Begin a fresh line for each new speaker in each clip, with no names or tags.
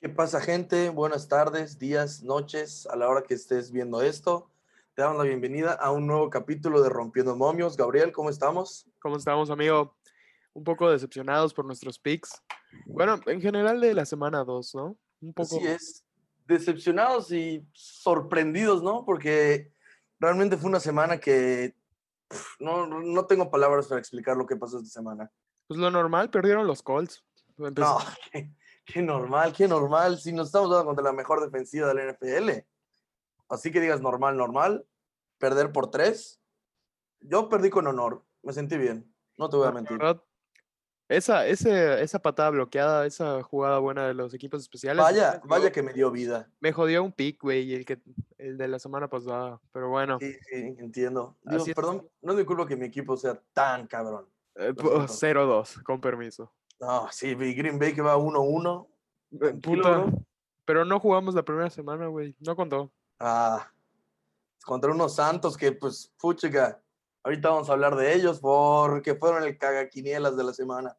¿Qué pasa, gente? Buenas tardes, días, noches, a la hora que estés viendo esto. Te damos la bienvenida a un nuevo capítulo de Rompiendo Momios. Gabriel, ¿cómo estamos?
¿Cómo estamos, amigo? Un poco decepcionados por nuestros picks. Bueno, en general de la semana 2, ¿no? Un poco.
Así es. Decepcionados y sorprendidos, ¿no? Porque realmente fue una semana que pff, no, no tengo palabras para explicar lo que pasó esta semana.
Pues lo normal, perdieron los Colts. Empezó-
No, qué, qué normal, qué normal. Si nos estamos dando contra la mejor defensiva de la NFL. Así que digas normal, normal. Perder por tres. Yo perdí con honor. Me sentí bien. No te voy a
la
mentir.
verdad, esa, ese, esa patada bloqueada, esa jugada buena de los equipos especiales.
Vaya,
¿sabes?
vaya
Luego
que me dio vida.
Me jodió un pick, güey, el, que, el de la semana pasada. Pero bueno, eh,
Sí, sí, entiendo. Digo,
Así es.
perdón, no es mi culpa que mi equipo sea tan cabrón.
eh,
lo
pu-
siento.
0-2, con permiso.
No, sí, vi Green Bay que va 1-1.
Eh,
Tranquilo,
puta,
bro.
Pero no jugamos la primera semana, güey. No contó.
Ah, contra unos Santos que, pues, puchica. Ahorita vamos a hablar de ellos porque fueron el cagaquinielas de la semana.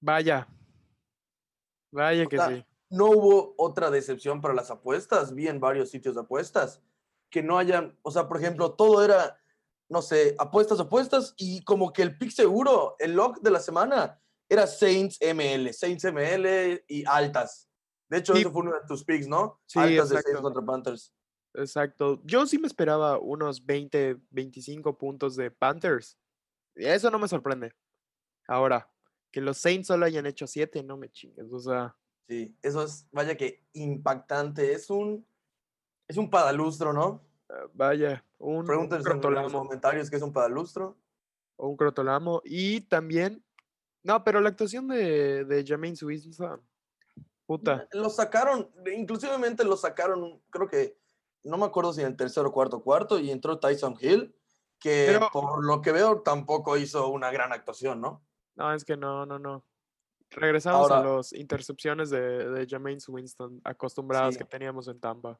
Vaya. Vaya que
Puta,
sí.
no hubo otra decepción para las apuestas. Vi en varios sitios de apuestas que no hayan, o sea, por ejemplo, todo era, no sé, apuestas, apuestas y como que el pick seguro, el lock de la semana era Saints ML, Saints ML y altas. De hecho,
Sí.
eso fue uno de tus picks, ¿no?
Sí,
altas de Saints
exacto.
contra Panthers.
Exacto. Yo sí me esperaba unos 20, 25 puntos de Panthers. Y Eso no me sorprende. Ahora, que los Saints solo hayan hecho 7, no me chingues. O sea,
Sí, eso es, vaya que impactante. Es un, es un padalustro, ¿no?
eh, vaya, un, un
Pregúntense en los
crotolamo.
comentarios qué es un padalustro.
o un crotolamo. Y también, no, pero la actuación de, de Jermaine Suiza, puta,
Lo sacaron, inclusivemente lo sacaron, creo que, no me acuerdo si en el tercer o cuarto cuarto, y entró Tyson Hill, que
Pero-
por lo que veo tampoco hizo una gran actuación, ¿no?
no, es que no, no, no. Regresamos a
Ahora-
las intercepciones de, de Jermaine Winston acostumbradas
Sí.
que teníamos en Tampa.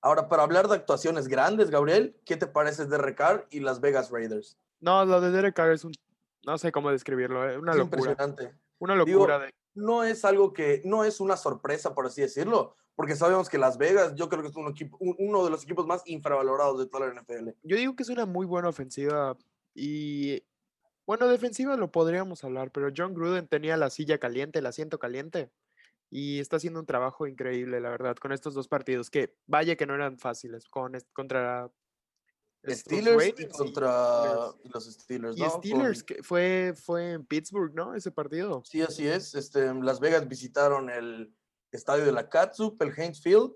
Ahora, para hablar de actuaciones grandes, Gabriel, ¿qué te parece de Recar y Las Vegas Raiders?
No, lo de Derek Carr es un, no sé cómo describirlo, eh, una
Es
locura.
impresionante.
Una
Digo,
locura de
No es algo que, no es una sorpresa, por así decirlo, porque sabemos que Las Vegas, yo creo que es un equipo, un- uno de los equipos más infravalorados de toda la NFL.
Yo digo que es una muy buena ofensiva y bueno, defensiva lo podríamos hablar, pero John Gruden tenía la silla caliente, el asiento caliente y está haciendo un trabajo increíble, la verdad, con estos dos partidos que vaya que no eran fáciles con est- contra estos
Steelers y
Ravens
contra los Steelers,
y
¿no? Con-
Steelers que fue fue en Pittsburgh, ¿no? Ese partido.
Sí, así es. Este, en Las Vegas visitaron el estadio de la Catsup, el Heinz Field,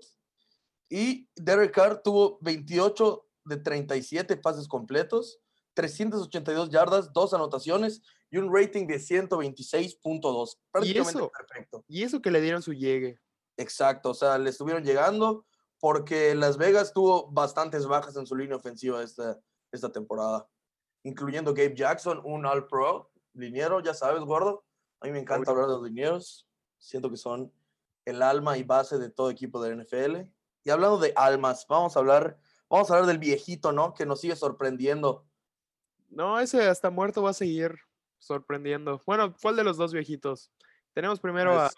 y Derek Carr tuvo 28 de 37 pases completos, 382 yardas, dos anotaciones y un rating de 126.2. Prácticamente
eso?
perfecto.
Y eso que le dieron su llegue.
Exacto, o sea, le estuvieron llegando porque Las Vegas tuvo bastantes bajas en su línea ofensiva esta, esta temporada, incluyendo Gabe Jackson, un All Pro, liniero, ya sabes, gordo. A mí me encanta hablar de los linieros, siento que son el alma y base de todo equipo de NFL. Y hablando de almas, vamos a hablar, vamos a hablar del viejito, ¿no? Que nos sigue sorprendiendo.
No, ese hasta muerto va a seguir sorprendiendo. Bueno, ¿cuál de los dos viejitos? Tenemos primero a-
Es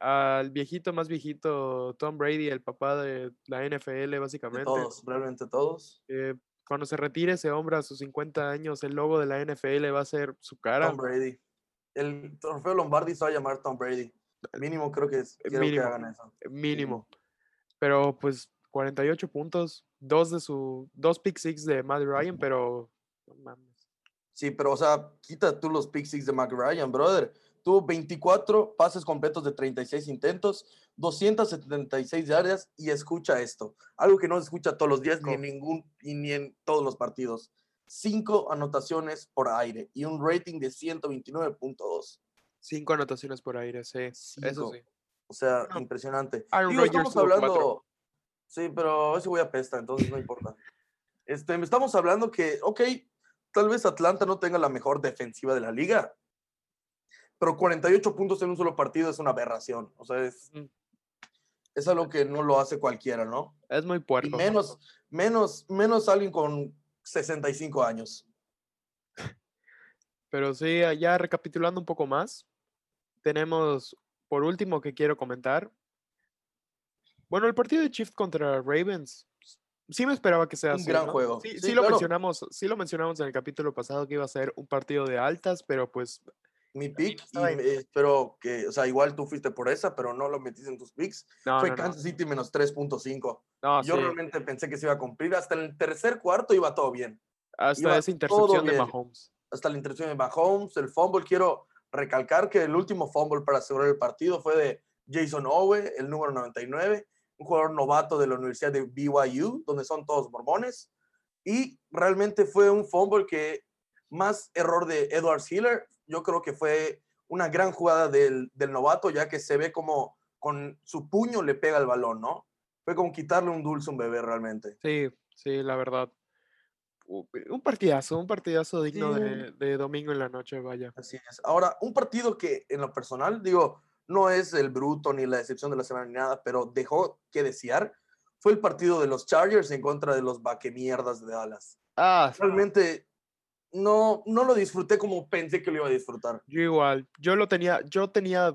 al viejito más viejito, Tom Brady, el papá de la NFL,
de
básicamente.
todos, realmente todos.
que cuando se retire ese hombre a sus 50 años, el logo de la NFL va a ser su cara.
Tom Brady. El trofeo Lombardi se va a llamar Tom Brady. Mínimo creo que, es, quiero que
Mínimo.
hagan eso.
mínimo. Pero pues 48 puntos, dos de su dos pick six de Matt Ryan, pero no mames.
Sí, pero, o sea, quita tú los pick six de Mac Ryan, brother. Tuvo 24 pases completos de 36 intentos, 276 yardas y escucha esto, algo que no se escucha todos los días ni en ningún y ni en todos los partidos. Cinco anotaciones por aire y un rating de 129.2.
cinco anotaciones por aire, sí. Eso
Cinco.
sí.
O sea,
No.
impresionante.
Aaron
Digo,
Rodgers
estamos
tuvo cuatro.
hablando. Sí, pero ese güey apesta, entonces no importa. Este, estamos hablando que, ok, tal vez Atlanta no tenga la mejor defensiva de la liga, pero 48 puntos en un solo partido es una aberración. O sea, es,
Ujú.
es algo que no lo hace cualquiera, ¿no?
Es muy
Y
puerco.
menos, menos, menos alguien con 65 años.
Pero sí, ah, ya recapitulando un poco más, tenemos por último que quiero comentar Bueno, el partido de Chiefs contra Ravens, sí me esperaba que sea
Un
así,
gran
¿no?
juego.
Sí,
Sí,
sí lo
claro.
mencionamos, sí lo mencionamos en el capítulo pasado que iba a ser un partido de altas, pero pues
Mi pick, y
estaba en-
me- espero que, o sea, igual tú fuiste por esa, pero no lo metiste en tus picks.
no,
Fue
no, no,
Kansas City menos 3.5.
no,
Yo
Ah, sí,
realmente pensé que se iba a cumplir. Hasta el tercer cuarto iba todo bien. iba
hasta esa
todo
intercepción de
bien.
Mahomes.
Hasta la intercepción de Mahomes, el fumble. Quiero recalcar que el último fumble para asegurar el partido fue de Jason Owe, el número 99, un jugador novato de la Universidad de BYU, donde son todos mormones. Y realmente fue un fumble que, más error de Edward Hiller, yo creo que fue una gran jugada del, del novato, ya que se ve como con su puño le pega el balón, ¿no? Fue como quitarle un dulce a un bebé realmente.
Sí, sí, la verdad. U- Un partidazo, un partidazo digno
Sí.
de, de domingo en la noche, vaya.
Así es. Ahora, un partido que en lo personal, digo, no es el bruto ni la decepción de la semana ni nada, pero dejó que desear, fue el partido de los Chargers en contra de los vaquemierdas de Dallas.
Ah,
Realmente no, no lo disfruté como pensé que lo iba a disfrutar.
yo igual, yo lo tenía, yo tenía,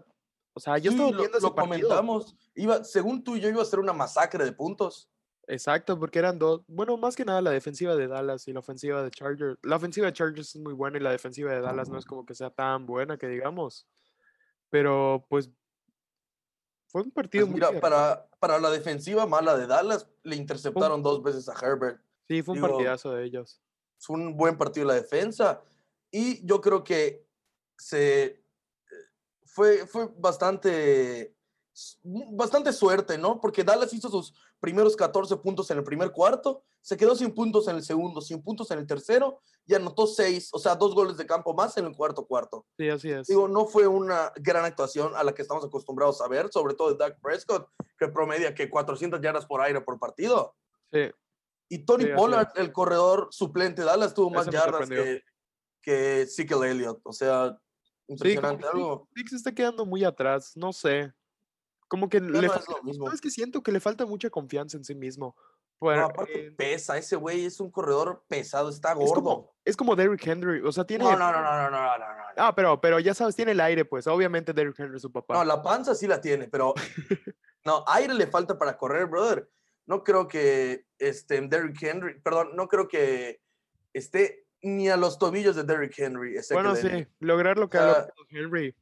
o sea, Ah, yo
Sí,
estaba
lo-
viendo
lo,
ese partido.
comentamos. Iba, según tú y yo iba a ser una masacre de puntos.
Exacto, porque eran dos. Bueno, más que nada la defensiva de Dallas y la ofensiva de Chargers. La ofensiva de Chargers es muy buena y la defensiva de Dallas no es como que sea tan buena que digamos. Pero pues fue un partido
Pues
muy
mira,
cerrado.
para, para la defensiva mala de Dallas, le interceptaron dos veces a Herbert.
Sí, fue un
digo,
partidazo de ellos.
es un buen partido la defensa y yo creo que se eh, fue, fue bastante s- bastante suerte, ¿no? Porque Dallas hizo sus primeros 14 puntos en el primer cuarto, se quedó sin puntos en el segundo, sin puntos en el tercero y anotó seis, o sea, dos goles de campo más en el cuarto cuarto.
Sí, así es.
Digo, no fue una gran actuación a la que estamos acostumbrados a ver, sobre todo de Dak Prescott, que promedia que 400 yardas por aire por partido.
Sí,
Y Tony
Sí, así
Pollard, el corredor suplente de Dallas, tuvo más
Ese me
yardas
sorprendió.
que, que Ezekiel Elliott. O sea, impresionante.
que sí.
algo
Dix está quedando muy atrás, no sé. Como que
ya
le
no
fal-
es lo mismo.
¿Sabes que siento que le falta mucha confianza en sí mismo.
No,
Bueno,
aparte,
eh,
pesa. Ese güey es un corredor pesado, está
es
gordo.
como, es como Derrick Henry, o sea, tiene
No, no, no, no, no, no, no, no. no.
Ah, pero, pero ya sabes, tiene el aire, pues. Obviamente Derrick Henry es su papá.
No, la panza sí la tiene, pero no, aire le falta para correr, brother. No creo que este, Derrick Henry, perdón, no creo que esté ni a los tobillos de Derrick Henry. Ezekiel
Bueno,
Elliott.
sí, lograr lo que
O
ha
sea,
logrado Henry.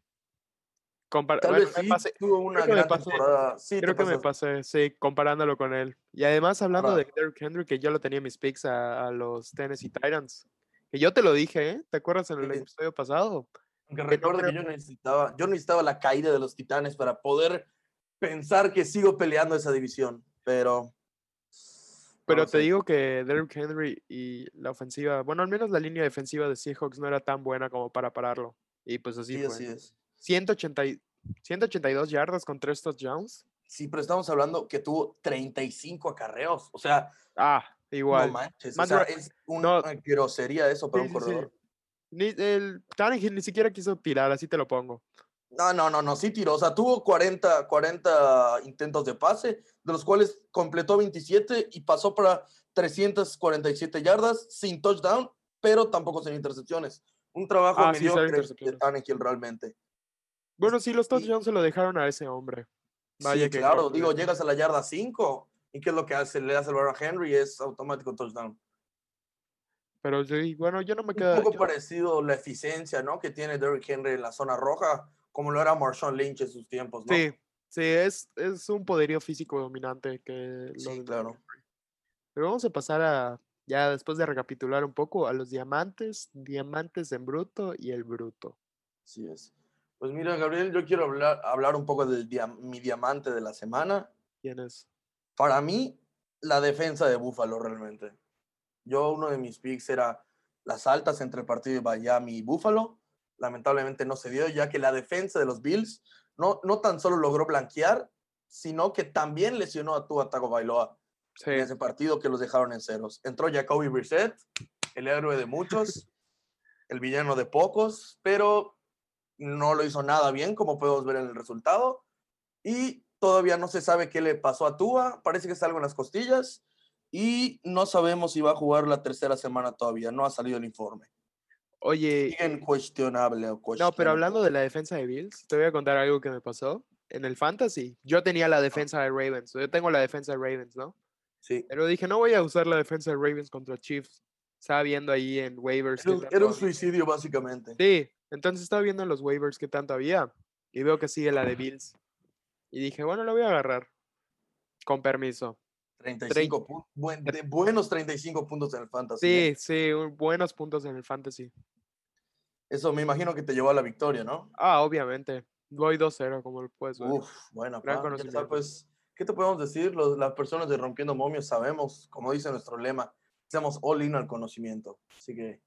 Compar-
Tal
bueno,
vez
me
sí
pasé-
tuvo una
que me
gran
pasé.
temporada. Sí, te
creo que me
pasaste.
pasé, sí, comparándolo con él. Y además, hablando
Ahora-
de Derrick Henry, que yo lo tenía en mis picks a, a los Tennessee Titans. Que yo te lo dije, ¿eh? ¿Te acuerdas en el
Sí. Ah,
episodio pasado?
Aunque
no
recuerdo que
creo
yo necesitaba, yo necesitaba la caída de los titanes para poder pensar que sigo peleando esa división, pero. no
Pero
lo
te
sé.
digo que Derrick Henry y la ofensiva, bueno, al menos la línea defensiva de Seahawks no era tan buena como para pararlo. Y pues así
Sí,
fue.
así es.
180 y- 182 yardas con tres touchdowns.
Sí, pero estamos hablando que tuvo 35 acarreos. O sea,
Ah, igual.
no manches. O
Más
sea,
dura-
es una
no.
grosería eso para
Sí,
un
sí, sí.
corredor.
Ni, el Tannehill ni siquiera quiso tirar, así te lo pongo.
No, no, no, no, sí tiró. O sea, tuvo 40, 40 intentos de pase, de los cuales completó 27 y pasó para 347 yardas sin touchdown, pero tampoco sin intercepciones. Un trabajo
Ah, sí, cero
mediocre de
intercepciones.
Tannehill realmente.
Bueno, sí, los
Sí.
touchdowns se lo dejaron a ese hombre. Vaya
sí,
que
claro,
creo que-
digo, llegas a la yarda 5 y ¿qué es lo que hace? Le hace el balón a Henry es automático touchdown.
Pero sí, bueno, yo no me
Un
queda.
poco
yo-
parecido la eficiencia, ¿no? Que tiene Derrick Henry en la zona roja, como lo era Marshawn Lynch en sus tiempos, ¿no?
Sí, sí, es, es un poderío físico dominante que lo
Sí,
de-
claro.
Pero vamos a pasar a, ya después de recapitular un poco, a los diamantes, diamantes en bruto y el bruto.
Así es. Pues mira, Gabriel, yo quiero hablar, hablar un poco de mi diamante de la semana.
¿Quién es?
Para mí, la defensa de Búfalo realmente. Yo, uno de mis picks era las altas entre el partido de Miami y Búfalo. Lamentablemente no se dio, ya que la defensa de los Bills no, no tan solo logró blanquear, sino que también lesionó a tu Tago Bailoa
Sí,
en ese partido que los dejaron en ceros. Entró Jacoby Brissett, el héroe de muchos, el villano de pocos, pero no lo hizo nada bien, como podemos ver en el resultado. Y todavía no se sabe qué le pasó a Tua, parece que es algo en las costillas. Y no sabemos si va a jugar la tercera semana todavía, no ha salido el informe.
Oye,
Siguen cuestionable o
no,
cuestionable.
pero hablando de la defensa de Bills, te voy a contar algo que me pasó. en el fantasy, yo tenía
Ah.
la defensa de Ravens. Yo tengo la defensa de Ravens, ¿no?
Sí.
Pero dije, no voy a usar la defensa de Ravens contra Chiefs. Estaba viendo ahí en waivers.
Era,
qué
un-
tanto
era un
había.
suicidio, básicamente.
Sí, entonces estaba viendo en los waivers qué tanto había. Y veo que sigue la de Bills. Y dije, bueno, la voy a agarrar. Con permiso.
35 pu- buen- de buenos 35 puntos en el fantasy. ¿eh?
Sí, sí, un- buenos puntos en el fantasy.
Eso me imagino que te llevó a la victoria, ¿no?
Ah, obviamente. Voy 2-0, como lo puedes ver.
Uf, bueno,
gran
pa, ya
conocimiento.
está, pues, ¿qué te podemos decir? Los- las personas de Rompiendo Momios sabemos, como dice nuestro lema, seamos all in al conocimiento. Así que,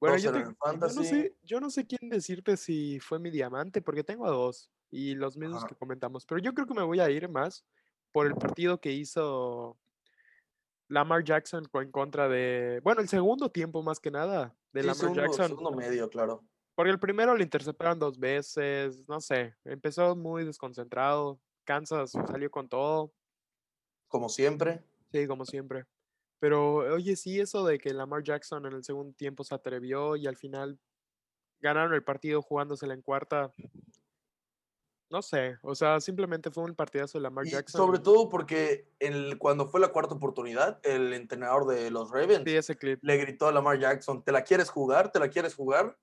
Bueno,
dos
yo,
en
te-
el
yo no
fantasy.
sé, yo no sé quién decirte si fue mi diamante, porque tengo a dos y los mismos
Ajá.
que comentamos. Pero yo creo que me voy a ir más por el partido que hizo Lamar Jackson co- en contra de. Bueno, el segundo tiempo más que nada de
sí,
Lamar
segundo,
Jackson.
segundo medio, claro.
Porque el primero lo interceptaron dos veces, no sé, empezó muy desconcentrado. Kansas salió con todo,
Como siempre.
sí, como siempre. Pero oye, sí, eso de que Lamar Jackson en el segundo tiempo se atrevió y al final ganaron el partido jugándosela en cuarta. No sé, o sea, simplemente fue un partidazo de Lamar
Y
Jackson.
sobre
y-
todo porque el, cuando fue la cuarta oportunidad, el entrenador de los Ravens
Sí, ese clip.
le gritó a Lamar Jackson, ¿te la quieres jugar? ¿Te la quieres jugar?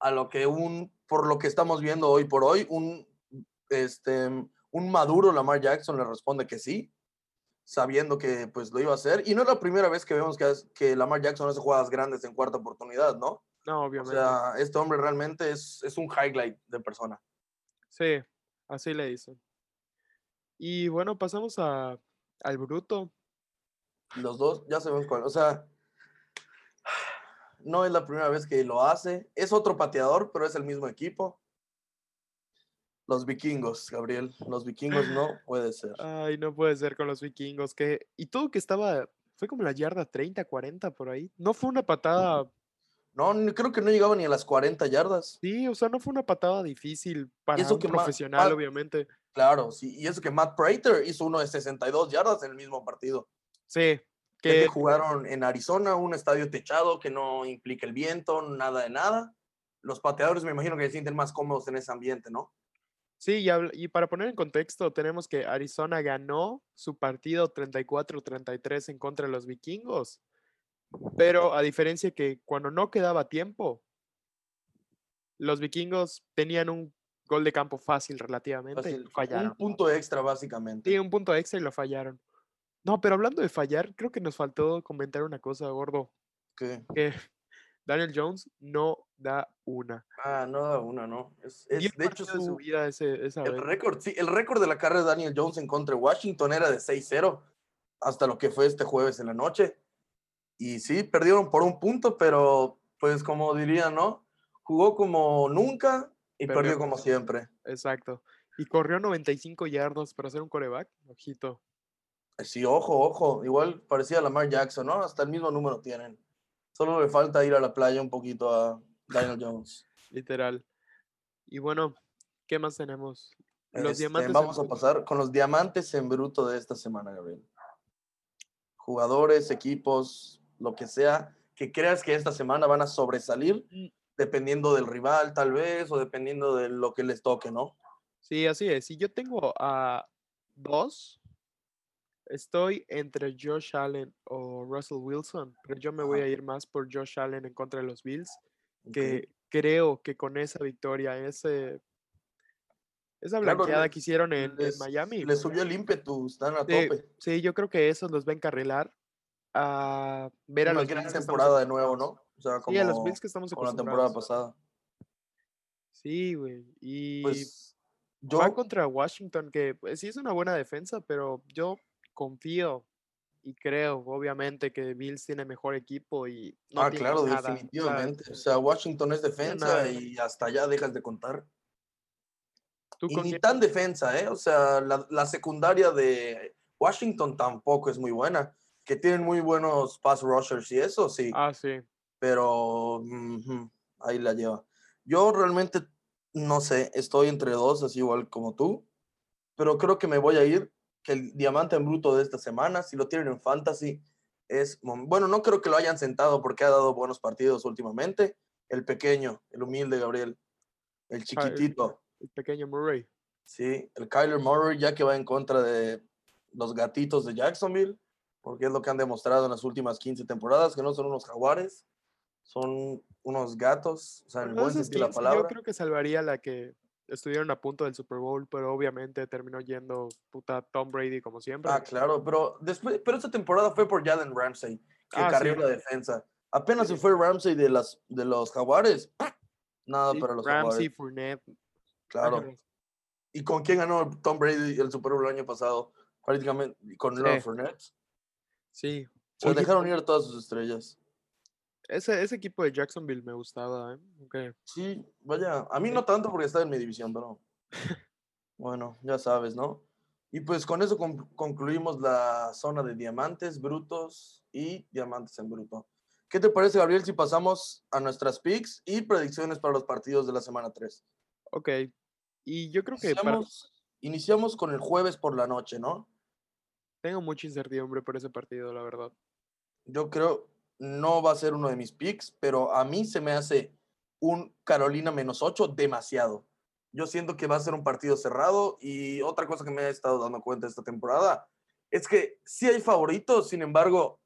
A lo que un, por lo que estamos viendo hoy por hoy, un, este, un maduro Lamar Jackson le responde que sí, sabiendo que pues lo iba a hacer. Y no es la primera vez que vemos que, hace- que Lamar Jackson hace jugadas grandes en cuarta oportunidad, ¿no?
No,
O
obviamente.
sea, este hombre realmente es, es un highlight de persona.
Sí, así le dicen. Y bueno, pasamos a, al Bruto.
Los dos, ya sabemos cuál. O sea, no es la primera vez que lo hace. Es otro pateador, pero es el mismo equipo. Los vikingos, Gabriel. Los vikingos no puede ser.
Ay, no puede ser con los vikingos. Que... Y todo que estaba. Fue como la yarda 30, 40 por ahí. No fue una patada.
No, ni- creo que no llegaba ni a las 40 yardas.
Sí, o sea, no fue una patada difícil para
eso
un
que ma-
profesional,
ma-
obviamente.
Claro, sí. Y eso que Matt Prater hizo uno de 62 yardas en el mismo partido.
Sí,
Ya Que
que
jugaron en Arizona, un estadio techado que no implica el viento, nada de nada. Los pateadores me imagino que se sienten más cómodos en ese ambiente, ¿no?
sí, y, habl- y para poner en contexto, tenemos que Arizona ganó su partido 34-33 en contra de los vikingos. Pero a diferencia que cuando no quedaba tiempo, los vikingos tenían un gol de campo fácil relativamente.
Fácil,
y fallaron.
Un punto extra, básicamente.
Sí, un punto extra y lo fallaron. No, pero hablando de fallar, creo que nos faltó comentar una cosa, gordo,
¿Qué?
que Daniel Jones no da una.
Ah, no, una no. Es, es-
Dio el
de hecho,
partido de su
su-
vida ese, esa
el
vez.
récord, sí, el récord de la carrera de Daniel Jones en contra de Washington era de 6-0 hasta lo que fue este jueves en la noche. Y sí, perdieron por un punto, pero pues como diría, ¿no? Jugó como nunca y
Perdió
perdió,
como
como siempre.
Exacto. Y corrió 95 yardas para hacer un coreback. Ojito.
Sí, ojo, ojo. Igual parecía Lamar Jackson, ¿no? Hasta el mismo número tienen. Solo le falta ir a la playa un poquito a Daniel Jones.
Literal. Y bueno, ¿qué más tenemos? Los
Este,
diamantes en
vamos a
bruto.
pasar con los diamantes en bruto de esta semana, Gabriel. Jugadores, equipos, lo que sea, que creas que esta semana van a sobresalir,
Mm.
dependiendo del rival, tal vez, o dependiendo de lo que les toque, ¿no?
Sí, así es. Y yo tengo a dos. Estoy entre Josh Allen o Russell Wilson, pero yo me voy
Ajá.
a ir más por Josh Allen en contra de los Bills,
Ok.
que creo que con esa victoria, ese, esa
Claro,
blanqueada
le-
que hicieron en, en
Les-
Miami,
Les subió el ímpetu, están a
Sí,
tope.
sí, yo creo que eso los va a encarrilar a ver a
Una
los
gran
Bills que estamos
temporada de nuevo,
acostumbrados.
¿no? O sea, como,
Sí, a los Bills que estamos
como la
acostumbrados.
temporada pasada.
Sí, güey. Y
Pues yo,
va contra Washington, que pues, sí es una buena defensa, pero yo confío y creo, obviamente, que Bills tiene mejor equipo y no
ah,
tiene
claro,
nada, o sea,
definitivamente. O sea, Washington es defensa
nada.
y hasta allá dejas de contar.
¿tú
Y
con
ni
quién-
tan defensa, ¿eh? O sea, la, la secundaria de Washington tampoco es muy buena. Que tienen muy buenos pass rushers y eso, sí.
Ah, sí.
Pero ujú, ahí la lleva. Yo realmente no sé, estoy entre dos, así igual como tú. Pero creo que me voy a ir. Que el diamante en bruto de esta semana, si lo tienen en fantasy, es. Mom- Bueno, no creo que lo hayan sentado porque ha dado buenos partidos últimamente. El pequeño, el humilde Gabriel, el
Ah, el-
chiquitito.
El pequeño Murray.
Sí, el Kyler Murray ya que va en contra de los gatitos de Jacksonville, porque es lo que han demostrado en las últimas 15 temporadas, que no son unos jaguares, son unos gatos, o sea, en el buen
Entonces,
sentido de la
15,
palabra.
Yo creo que salvaría la que estuvieron a punto del Super Bowl, pero obviamente terminó yendo puta Tom Brady como siempre.
Ah, claro, pero después, pero esta temporada fue por Jalen Ramsey, que
Ah,
carrió
sí.
la defensa. Apenas
Sí.
se fue Ramsey de las de los Jaguares. ¡pah! Nada
Sí,
para los
Ramsey,
Jaguares.
Fournette.
Claro.
Ángeles.
¿Y con quién ganó Tom Brady el Super Bowl el año pasado? Prácticamente con
Sí.
Leonard Fournette.
Sí.
Se
Oye,
dejaron ir a todas sus estrellas.
Ese, ese equipo de Jacksonville me gustaba, ¿eh? Aunque-
Sí, vaya, a mí no tanto porque está en mi división, pero bueno, ya sabes, ¿no? Y pues con eso con- concluimos la zona de diamantes brutos y diamantes en bruto. ¿Qué te parece, Gabriel, si pasamos a nuestras picks y predicciones para los partidos de la semana 3?
Ok. Y yo creo que para-
Iniciamos, iniciamos con el jueves por la noche, ¿no?
tengo mucha incertidumbre por ese partido, la verdad.
Yo creo, no va a ser uno de mis picks, pero a mí se me hace un Carolina menos 8 demasiado. Yo siento que va a ser un partido cerrado y otra cosa que me he estado dando cuenta esta temporada es que sí hay favoritos, sin embargo,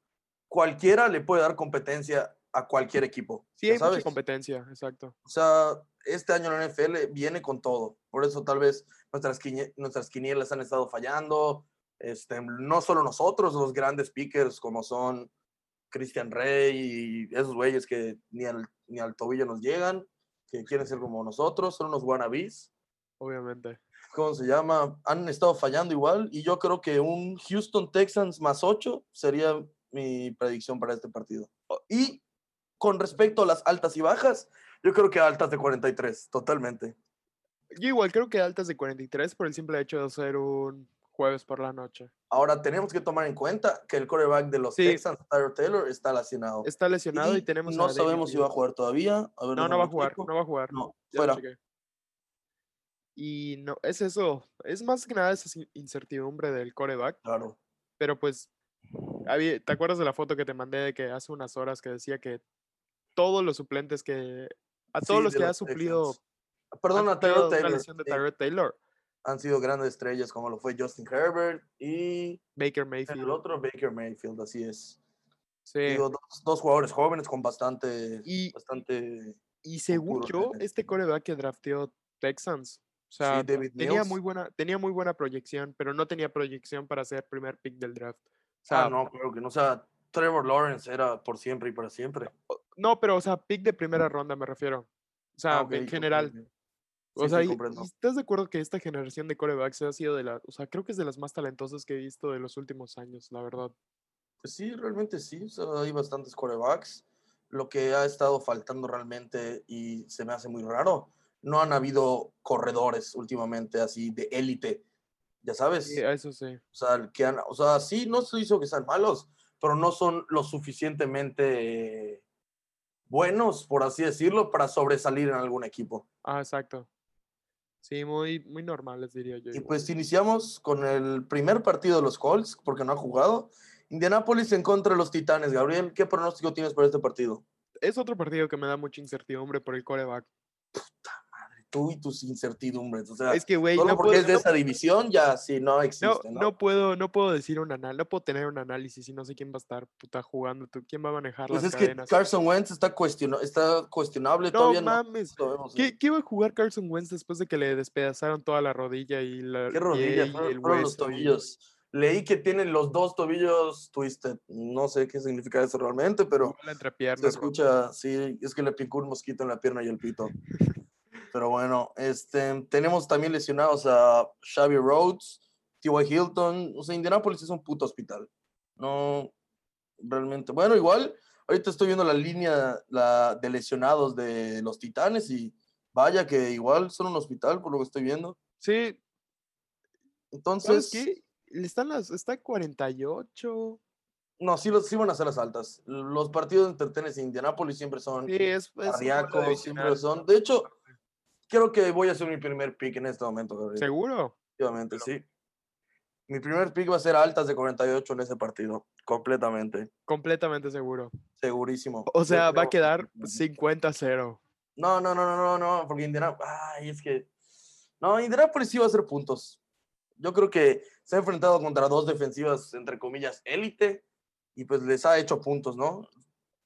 cualquiera le puede dar competencia a cualquier equipo.
Sí,
ya
hay
sabes.
mucha competencia, exacto.
O sea, este año la NFL viene con todo. Por eso tal vez nuestras, quinie- nuestras quinielas han estado fallando. Este, no solo nosotros, los grandes pickers como son Christian Rey y esos güeyes que ni al, ni al tobillo nos llegan, que quieren ser como nosotros, son unos wannabes.
Obviamente.
¿Cómo se llama? Han estado fallando igual. Y yo creo que un Houston Texans más 8 sería mi predicción para este partido. O- Y con respecto a las altas y bajas, yo creo que altas de 43, totalmente.
Yo igual creo que altas de 43 por el simple hecho de hacer un jueves por la noche.
Ahora tenemos que tomar en cuenta que el quarterback de los
Sí.
Texans, Tyler Taylor, está lesionado.
Está lesionado y, tenemos.
no
a Davis
sabemos si va a
Mills.
jugar todavía. A ver,
No, no
déjame
va a jugar,
checo.
no va a jugar.
No,
ya lo
fuera.
chequé. Y no, es eso. Es más que nada esa sin- incertidumbre del coreback.
Claro.
Pero pues, habí- ¿te acuerdas de la foto que te mandé de que hace unas horas que decía que todos los suplentes que. A todos
Sí,
los
de
que ha
los
suplido.
Texans. Perdón,
han
a Tyler
sufrido una
Taylor.
lesión de
sí,
Tyrod Taylor,
Han sido grandes estrellas como lo fue Justin Herbert y
Baker
el
Mayfield.
otro Baker Mayfield, así es.
Sí.
Digo, pues, dos, dos jugadores jóvenes con bastante,
Y-
bastante,
Y según
futuro
yo,
realmente.
este coreback que drafteó Texans, o sea,
sí, David
tenía,
Mills.
muy buena, tenía muy buena proyección, pero no tenía proyección para ser primer pick del draft. O sea,
Ah, no, claro que no. O sea, Trevor Lawrence era por siempre y para siempre.
no, pero, o sea, pick de primera ronda me refiero. O sea,
Ah, ok,
en
ok,
general.
ok.
o
Sí,
sea,
sí,
y-
comprendo.
y ¿estás de acuerdo que esta generación de corebacks ha sido de la, o sea, creo que es de las más talentosas que he visto de los últimos años, la verdad.
Pues sí, realmente sí. o sea, hay bastantes corebacks. Lo que ha estado faltando realmente y se me hace muy raro, no han habido corredores últimamente así de élite. Ya sabes.
Sí, Eh, a eso sí.
O sea, el que han- o sea, sí, no se hizo que sean malos, pero no son lo suficientemente buenos, por así decirlo, para sobresalir en algún equipo.
Ah, exacto. Sí, muy, muy normales, diría yo.
Y
igual.
pues iniciamos con el primer partido de los Colts, porque no han jugado. Indianapolis en contra de los Titanes. Gabriel, ¿qué pronóstico tienes para este partido?
Es otro partido que me da mucha incertidumbre por el coreback.
Tú y tus incertidumbres. O sea,
Es que, güey,
Ah, solo
no
porque
puedo,
es de
no
esa división, ya sí, no
No,
existe, ¿no?
no puedo, no puedo decir un análisis, no puedo tener un análisis si no sé quién va a estar puta jugando, tú, quién va a manejar
Pues
las
es que
cadenas.
Carson Wentz está, cuestiono- está cuestionable,
No
todavía no.
mames.
lo vemos,
¿Qué, qué iba a jugar Carson Wentz después de que le despedazaron toda la rodilla y la
¿Qué
y
rodilla?
el- y
Fueron,
el
fueron los
hueso y-
tobillos. Leí que tienen los dos tobillos twisted. No sé qué significa eso realmente, pero
tuvo la entrepierna
se
rota?
escucha, sí, es que le picó un mosquito en la pierna y el pito. Pero bueno, este, tenemos también lesionados a Xavi Rhodes, T.Y. Hilton. O sea, Indianapolis es un puto hospital. No, realmente. Bueno, igual, ahorita estoy viendo la línea la, de lesionados de los Titanes y vaya que igual son un hospital por lo que estoy viendo.
Sí, ¿sabes
Entonces...
qué? Le Están las, está 48.
No, sí, los, sí van a ser las altas. Los partidos entre Tennessee e Indianapolis siempre son
Sí, es, es un duelo
cardíacos, siempre
divisional.
son. De hecho, creo que voy a hacer mi primer pick en este momento, Gabriel.
¿Seguro?
Definitivamente, sí. Mi primer pick va a ser altas de 48 en ese partido. Completamente.
Completamente seguro.
Segurísimo.
O
Yo
sea, va
creo-
a quedar
Ujú.
50-0.
No, no, no, no, no, no, porque Indianapolis. Ay, es que. No, Indianapolis sí va a hacer puntos. Yo creo que se ha enfrentado contra dos defensivas, entre comillas, élite, y pues les ha hecho puntos, ¿no?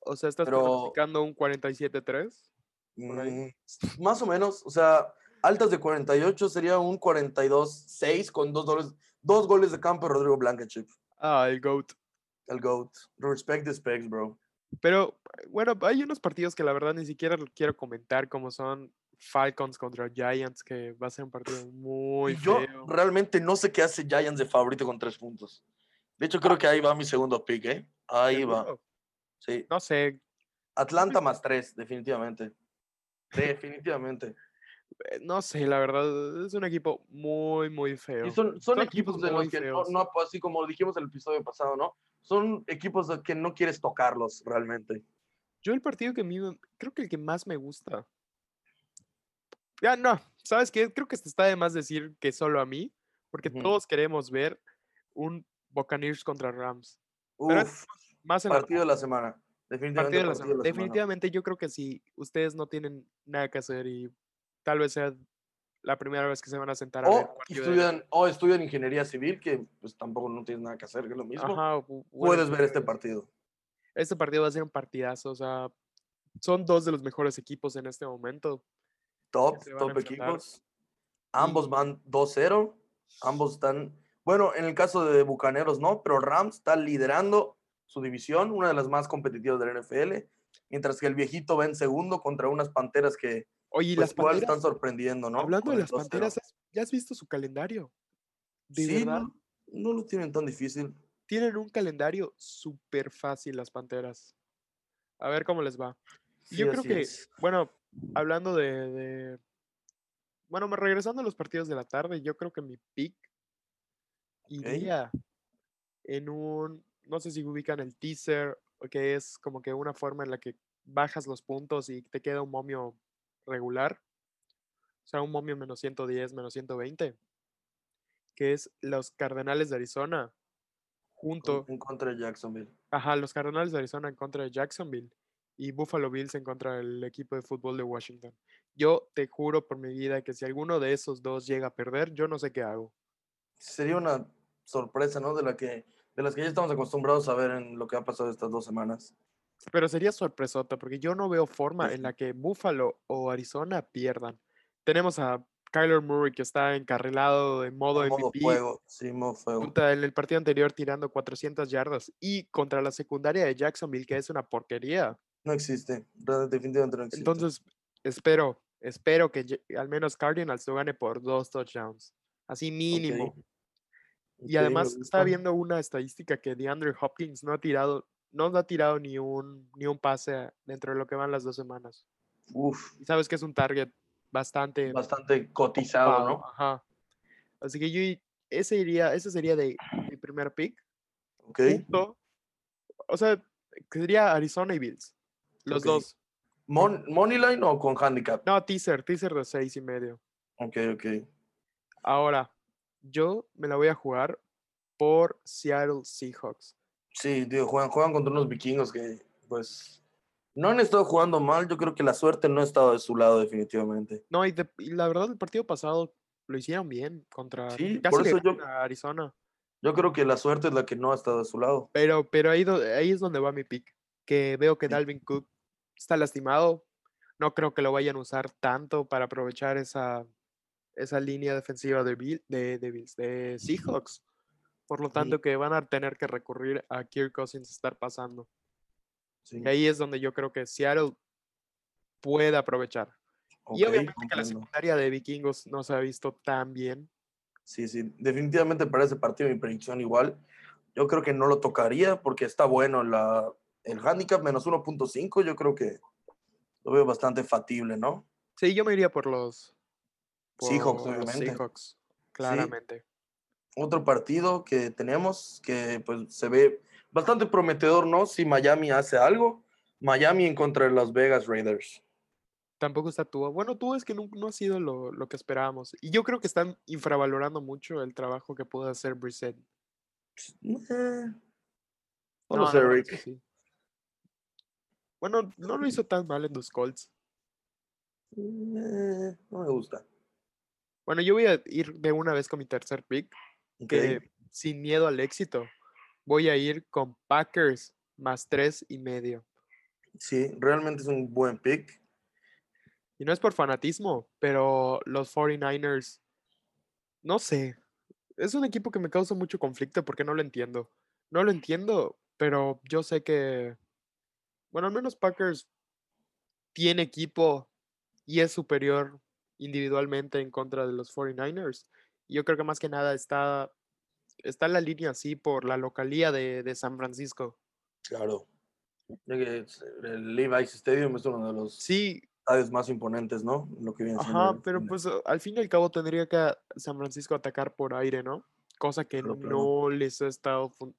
O sea, estás
Pero-
pronosticando un 47-3. Por ahí.
Mm, más o menos, o sea, altas de 48 sería un 42-6 con dos goles, dos goles de campo de Rodrigo Blankenship,
Ah, el GOAT.
el GOAT. Respect the specs, bro.
Pero bueno, hay unos partidos que la verdad ni siquiera lo quiero comentar, como son Falcons contra Giants, que va a ser un partido muy
Y yo
feo.
realmente no sé qué hace Giants de favorito con tres puntos. De hecho, creo que ahí va mi segundo pick, ¿eh? Ahí va.
Seguro.
Sí.
No sé, eh,
Atlanta más tres, definitivamente. Definitivamente.
eh, no sé, la verdad, es un equipo muy, muy feo.
Y son, son
Son
equipos
equipos
de los
muy
que no,
feos.
no, pues, así como dijimos en el episodio pasado, ¿no? Son equipos de que no quieres tocarlos realmente.
Yo el partido que a mí me- creo que el que más me gusta. Ya no, ¿sabes qué? Creo que se está de más decir que solo a mí, porque
Ujú.
todos queremos ver un Buccaneers contra Rams. Pero es
Uf,
Más en la
partido de la semana. Definitivamente
Partido
partido
de la
de la semana.
semana. Definitivamente yo creo que si ustedes no tienen nada que hacer y tal vez sea la primera vez que se van a sentar a ver
O
un partido de-
estudian, o estudian ingeniería civil, que pues tampoco no tienes nada que hacer, que es lo mismo.
Ajá, o- o bueno,
Puedes ver este partido.
Este partido va a ser un partidazo, o sea, son dos de los mejores equipos en este momento.
Top,
se van a
top
enfrentar.
equipos. Ambos van 2-0. Ambos están. Bueno, en el caso de Bucaneros no, pero Rams está liderando su división, una de las más competitivas del NFL. Mientras que el viejito va en segundo contra unas panteras que
Oye, y
pues,
las
igual
panteras,
están sorprendiendo, ¿no?
hablando
Con
de
el
las
2-0.
panteras, ¿has- ¿ya has visto su calendario? De
Sí,
verdad,
no, no lo tienen tan difícil.
tienen un calendario súper fácil las panteras. A ver cómo les va.
Sí,
Yo creo
así
que,
es.
bueno, hablando de, de- Bueno, me- regresando a los partidos de la tarde, yo creo que mi pick iría en un... No sé si ubican el teaser, o que es como que una forma en la que bajas los puntos y te queda un momio regular. O sea, un momio menos 110, menos 120. Que es los Cardenales de Arizona junto
En contra de Jacksonville.
Ajá, los Cardenales de Arizona en contra de Jacksonville y Buffalo Bills en contra del equipo de fútbol de Washington. Yo te juro por mi vida que si alguno de esos dos llega a perder, yo no sé qué hago.
Sería una sorpresa, ¿no? De, la que, de las que ya estamos acostumbrados a ver en lo que ha pasado estas dos semanas.
Pero sería sorpresota porque yo no veo forma en
sí.
la que Buffalo o Arizona pierdan. Tenemos a Kyler Murray que está encarrilado en modo
En modo
MVP.
fuego. Sí, modo fuego.
puta, en el partido anterior tirando 400 yardas y contra la secundaria de Jacksonville que es una porquería.
No existe. re- Definitivamente no existe.
Entonces, espero, espero que lle- al menos Cardinals lo gane por dos touchdowns. Así mínimo.
Ok,
Y
me
además
gusta.
estaba viendo una estadística que DeAndre Hopkins no ha tirado, no ha tirado ni un, ni un pase a- dentro de lo que van las dos semanas.
Uf,
Y sabes que es un target bastante
bastante cotizado,
ocupado,
¿no?
Ajá. Así que yo i- ese iría, ese sería de mi primer pick.
Ok.
Punto. O sea, que sería Arizona y Bills. Los
Ok.
dos.
Mon, ¿Moneyline o con handicap?
No, teaser, teaser de seis y medio.
Ok, ok.
Ahora, yo me la voy a jugar por Seattle Seahawks.
Sí, digo, juegan, juegan contra unos vikingos que, pues, no han estado jugando mal. Yo creo que la suerte no ha estado de su lado, definitivamente.
No, y, de- y la verdad, el partido pasado lo hicieron bien contra
Sí,
casi
por
le
eso yo-
ganan a Arizona.
Yo creo que la suerte es la que no ha estado de su lado.
Pero, pero ahí, do- ahí es donde va mi pick. Que veo que
Sí.
Dalvin Cook está lastimado. No creo que lo vayan a usar tanto para aprovechar esa, esa línea defensiva de, Bill, de, de Bills, de Seahawks. Por lo tanto, que van a tener que recurrir a Kirk Cousins estar pasando.
Sí,
Y ahí es donde yo creo que Seattle puede aprovechar. y
ok,
obviamente que la
comprendo.
secundaria de vikingos no se ha visto tan bien.
Sí, sí, definitivamente para ese partido mi predicción igual. Yo creo que no lo tocaría porque está bueno la, el handicap menos 1.5. Yo creo que lo veo bastante factible, ¿no?
Sí, yo me iría por los
Seahawks,
por los
obviamente.
Seahawks, claramente.
Otro partido que tenemos que pues se ve bastante prometedor, ¿no? Si Miami hace algo, Miami en contra de Las Vegas Raiders.
Tampoco está Tua. Bueno, Tua es que no, no ha sido lo, lo que esperábamos. Y yo creo que están infravalorando mucho el trabajo que pudo hacer Brissett.
Eh, no
No,
lo
la
sé,
verdad,
Rick.
eso sí. Bueno, no lo hizo tan mal en los Colts.
Eh, no me gusta.
Bueno, yo voy a ir de una vez con mi tercer pick,
Okay.
que sin miedo al éxito, voy a ir con Packers más tres y medio.
Sí, realmente es un buen pick.
Y no es por fanatismo, pero los 49ers, no sé, es un equipo que me causa mucho conflicto porque no lo entiendo. No lo entiendo, pero yo sé que, bueno, al menos Packers tiene equipo y es superior individualmente en contra de los 49ers. Y Yo creo que más que nada está, está la línea así por la localía de, de San Francisco.
Claro. Ya que es- El Levi's Stadium es uno de los
Sí,
estadios más imponentes, ¿no? Lo que viene siendo
Ajá,
el-
pero pues a- al fin y al cabo tendría que a- San Francisco atacar por aire, ¿no? Cosa que
Claro, claro.
no les ha estado... fun-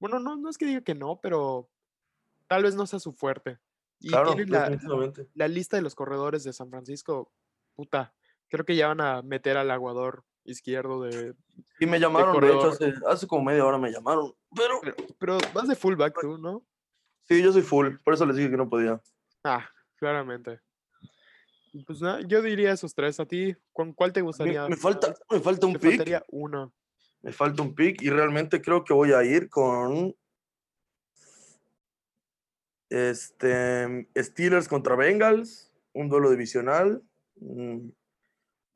Bueno, no, no es que diga que no, pero tal vez no sea su fuerte. Y
Claro,
tienen la,
definitivamente.
la lista de los corredores de San Francisco, puta, creo que ya van a meter al aguador izquierdo de...
Y me llamaron, de hecho,
corredor.
hace, hace como media hora me llamaron. Pero
Pero vas de fullback tú, ¿no?
sí, yo soy full, por eso les dije que no podía.
Ah, claramente. Y Pues nada, yo diría esos tres. ¿A ti con cuál te
Me,
gustaría?
me falta, me falta un
Te
pick.
faltaría uno.
Me falta un pick y realmente creo que voy a ir con. Este. Steelers contra Bengals. Un duelo divisional. Mm,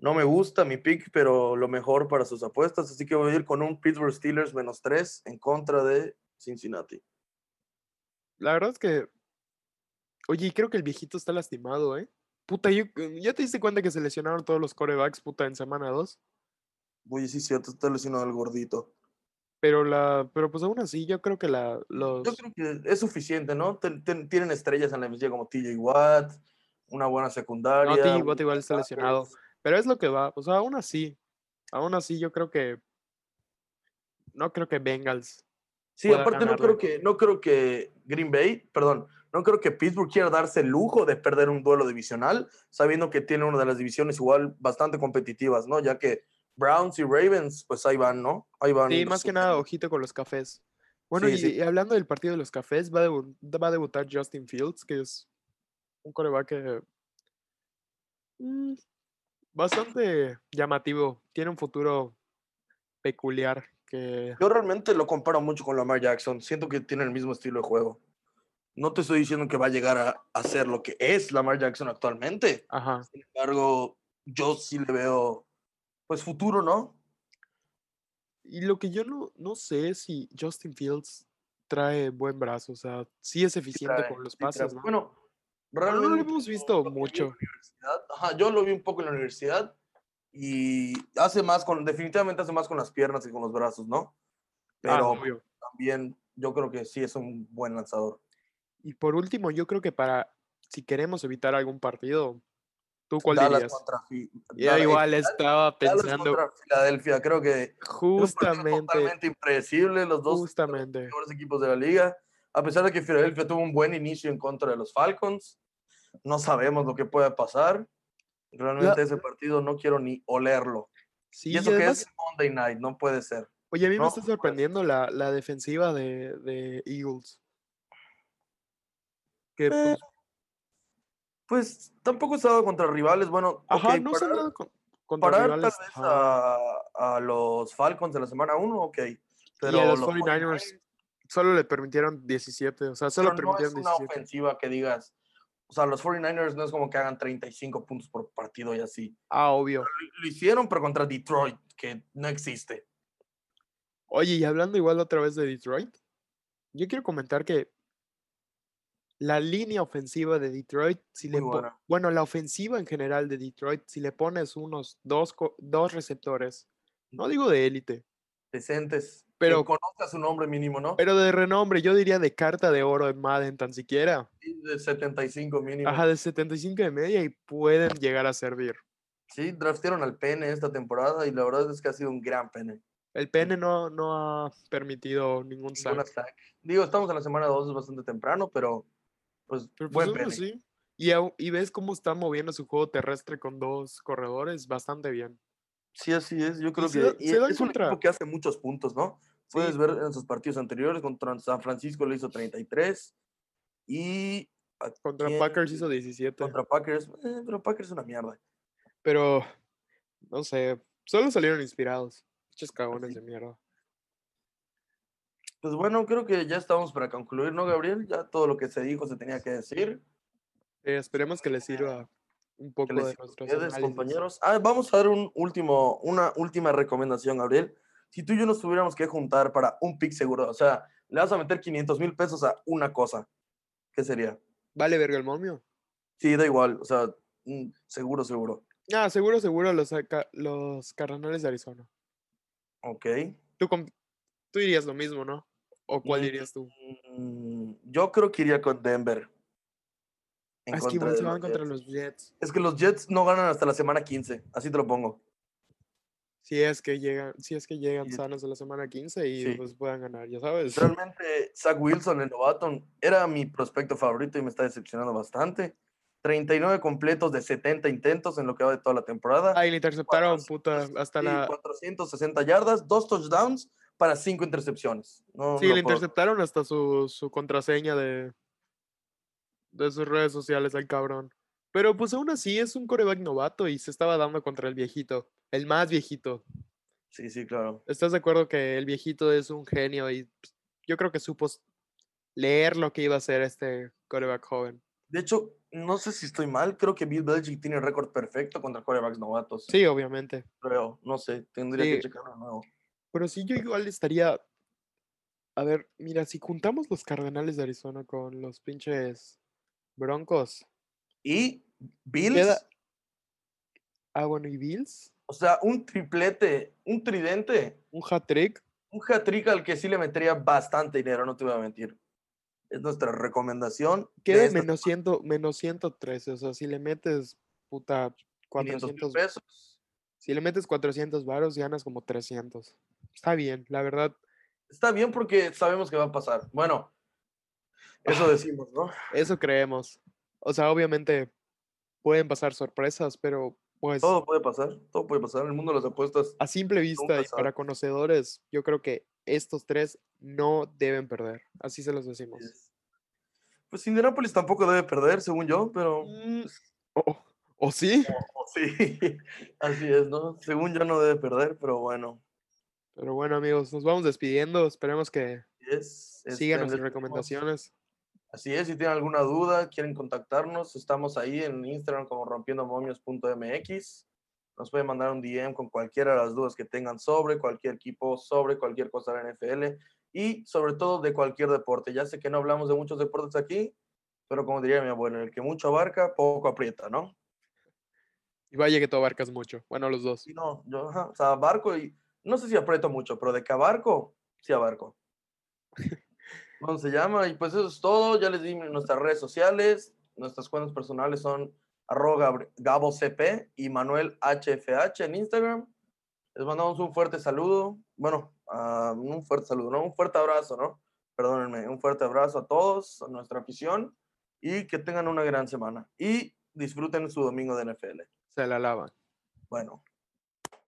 No me gusta mi pick, pero lo mejor para sus apuestas. Así que voy a ir con un Pittsburgh Steelers menos 3 en contra de Cincinnati.
La verdad es que. Oye, y creo que el viejito está lastimado, ¿eh? Puta, yo- ¿ya te diste cuenta que se lesionaron todos los corebacks, puta, en semana 2?
Uy, sí, cierto, está lesionado el gordito.
Pero la. Pero pues aún así, yo creo que la. Los.
Yo creo que es suficiente, ¿no? Ten- ten- tienen estrellas en la misma como TJ Watt, una buena secundaria.
No, T.J.
un
Watt igual está
linebacker.
lesionado. Pero es lo que va. O sea, aún así. Aún así, yo creo que. No creo que Bengals.
Sí,
pueda
aparte no
ganarle.
creo, que, no creo que Green Bay, perdón, no creo que Pittsburgh quiera darse el lujo de perder un duelo divisional, sabiendo que tiene una de las divisiones igual bastante competitivas, ¿no? Ya que Browns y Ravens, pues ahí van, ¿no? Ahí van.
Sí, más que nada, ojito con los cafés. Bueno,
Sí,
y,
sí.
y hablando del partido de los cafés, va a, debu- va a debutar Justin Fields, que es un coreback que, mm, bastante llamativo. Tiene un futuro peculiar que
Yo realmente lo comparo mucho con Lamar Jackson, siento que tiene el mismo estilo de juego. No te estoy diciendo que va a llegar a, a ser lo que es Lamar Jackson actualmente,
ajá,
sin embargo, yo sí le veo, pues futuro, ¿no?
Y lo que yo no, no sé es si Justin Fields trae buen brazo, o sea, sí es eficiente
trae,
con los
sí trae-
pases, ¿no?
Bueno,
Pero no lo
realmente
hemos visto
lo que vi en la
mucho.
universidad, ajá, yo lo vi un poco en la universidad y hace más con, definitivamente hace más con las piernas que con los brazos, ¿no?
Ah,
Pero
obvio.
también yo creo que sí es un buen lanzador.
Y por último, yo creo que para si queremos evitar algún partido, ¿tú cuál
Dallas
dirías?
contra Fi-
Yo
Dallas- eh,
igual estaba
Dallas
pensando
contra Filadelfia, creo que es un partido
justamente,
totalmente impredecible, los dos
justamente.
mejores equipos de la liga. A pesar de que Filadelfia tuvo un buen inicio en contra de los Falcons, no sabemos lo que puede pasar. Realmente ese partido no quiero ni olerlo.
Sí,
y eso
y
que
además-
es Monday Night, no puede ser.
Oye, a mí me
No,
está
no puede
sorprendiendo la, la defensiva de, de Eagles. Que,
Eh,
pues,
Pues tampoco he estado contra rivales. Bueno,
ajá,
ok,
no se han
parar,
dado con- contra
parar
rivales,
tal vez
ajá.
a, a los Falcons en la semana 1, ok. Pero
y a los
49ers,
49ers solo le permitieron 17, o sea, solo
pero no es
permitieron
una
17.
ofensiva que digas. O sea, los 49ers no es como que hagan 35 puntos por partido y así.
Ah, obvio.
Lo hicieron, pero contra Detroit, que no existe.
Oye, y hablando igual otra vez de Detroit, yo quiero comentar que la línea ofensiva de Detroit, si le
Muy
po-
buena.
bueno, la ofensiva en general de Detroit, si le pones unos dos, co- dos receptores, no digo de élite,
Decentes. Pero
Pero-
conozca su nombre mínimo, ¿no?
pero de renombre, yo diría de carta de oro en Madden tan siquiera,
Sí, de 75 mínimo.
ajá, de 75 de media y pueden llegar a servir.
Sí, draftearon al pene esta temporada y la verdad es que ha sido un gran pene.
El PN no, no ha permitido ningún
Ningún
sack.
sack. Digo, estamos en la semana 2, es bastante temprano, pero pues
Pero pues
buen
aún
pene.
así, Y, au- y ves cómo está moviendo su juego terrestre con dos corredores bastante bien.
Sí, así es. Yo creo
se
que
da-
y
se da en
es un
contra.
equipo que hace muchos puntos, ¿no? Puedes ver en sus partidos anteriores contra San Francisco le hizo 33 y ¿a
Contra
quién?
Packers hizo 17.
contra Packers, eh, pero Packers es una mierda.
Pero No sé, solo salieron inspirados. Muchos cagones de mierda.
Pues bueno, creo que ya estamos para concluir, ¿no, Gabriel? Ya todo lo que se dijo se tenía que decir.
Eh, esperemos que les sirva un
Que
poco
les
de
sirva a
nuestros
ustedes,
análisis.
compañeros. Ah, vamos a dar un último, una última recomendación, Gabriel. Si tú y yo nos tuviéramos que juntar para un pick seguro, o sea, le vas a meter 500 mil pesos a una cosa, ¿qué sería?
Vale, verga el momio.
Sí, da igual, o sea, mm, seguro, seguro.
Ah, seguro, seguro los, aca- los Cardenales de Arizona.
Ok.
Tú, com- tú dirías lo mismo, ¿no? ¿O cuál
Mm,
dirías tú?
Mm, Yo creo que iría con Denver. en
Ah, es que
contra
igual
de
se
los
van contra
Jets.
los Jets.
Es que los Jets no ganan hasta la semana 15, así te lo pongo.
Si es que llegan, si es que llegan
Sí.
sanos a la semana 15 y
Sí.
pues puedan ganar, ya sabes.
Realmente, Zach Wilson, el novato, era mi prospecto favorito y me está decepcionando bastante. 39 completos de 70 intentos en lo que va de toda la temporada.
Ah, y le interceptaron,
400,
puta, hasta
y
la.
460 yardas, dos touchdowns para cinco intercepciones. No,
Sí,
no
le
puedo-
interceptaron hasta su, su contraseña de, de sus redes sociales al cabrón. Pero pues aún así es un coreback novato y se estaba dando contra el viejito, el más viejito.
Sí, sí, claro.
¿Estás de acuerdo que el viejito es un genio y pues, yo creo que supo s- leer lo que iba a hacer este coreback joven?
De hecho, no sé si estoy mal, creo que Bill Belichick tiene récord perfecto contra corebacks novatos.
Sí, obviamente.
Creo, no sé, tendría que
Sí.
checarlo de nuevo.
Pero sí, yo igual estaría. A ver, mira, si juntamos los Cardenales de Arizona con los pinches Broncos.
Y Bills,
Queda... Ah, bueno, y Bills.
o sea, un triplete, un tridente,
Un hat-trick.
un hat-trick al que sí le metería bastante dinero, no te voy a mentir. Es nuestra recomendación. de
Queda en
esta-
menos, 100, menos 113. O sea, si le metes, puta,
500 mil
400.
pesos.
Si le metes 400 varos, ganas como 300. Está bien, la verdad.
Está bien porque sabemos que va a pasar. Bueno, eso
Ah.
decimos, ¿no?
Eso creemos. O sea, obviamente pueden pasar sorpresas, pero pues
Todo puede pasar, todo puede pasar. El mundo de las apuestas
a simple vista y
sabes.
para conocedores, yo creo que estos tres no deben perder. Así se los decimos.
es- Pues Indianapolis tampoco debe perder, según yo, pero
Mm,
pues
¿O o sí?
o sí, así es, ¿no? Según yo no debe perder, pero bueno.
Pero bueno, amigos, nos vamos despidiendo. Esperemos que
Es, este,
sigan
les
nuestras
decimos-
recomendaciones.
Así es, si tienen alguna duda, quieren contactarnos, estamos ahí en Instagram como rompiendomomios.mx. Nos pueden mandar un DM con cualquiera de las dudas que tengan sobre cualquier equipo, sobre cualquier cosa de la NFL y sobre todo de cualquier deporte. Ya sé que no hablamos de muchos deportes aquí, pero como diría mi abuelo, el que mucho abarca, poco aprieta, ¿no?
Y vaya que tú abarcas mucho. Bueno, los dos.
Sí, no, yo ajá, o sea, abarco y no sé si aprieto mucho, pero de que abarco, sí abarco. ¿Cómo se llama? Y pues eso es todo. Ya les di nuestras redes sociales. Nuestras cuentas personales son arroba Gabri- Gabo CP y Manuel HFH en Instagram. Les mandamos un fuerte saludo. Bueno, ah, un fuerte saludo, ¿no? Un fuerte abrazo, ¿no? Perdónenme, un fuerte abrazo a todos, a nuestra afición y que tengan una gran semana. Y disfruten su domingo de NFL.
Se la lavan.
Bueno.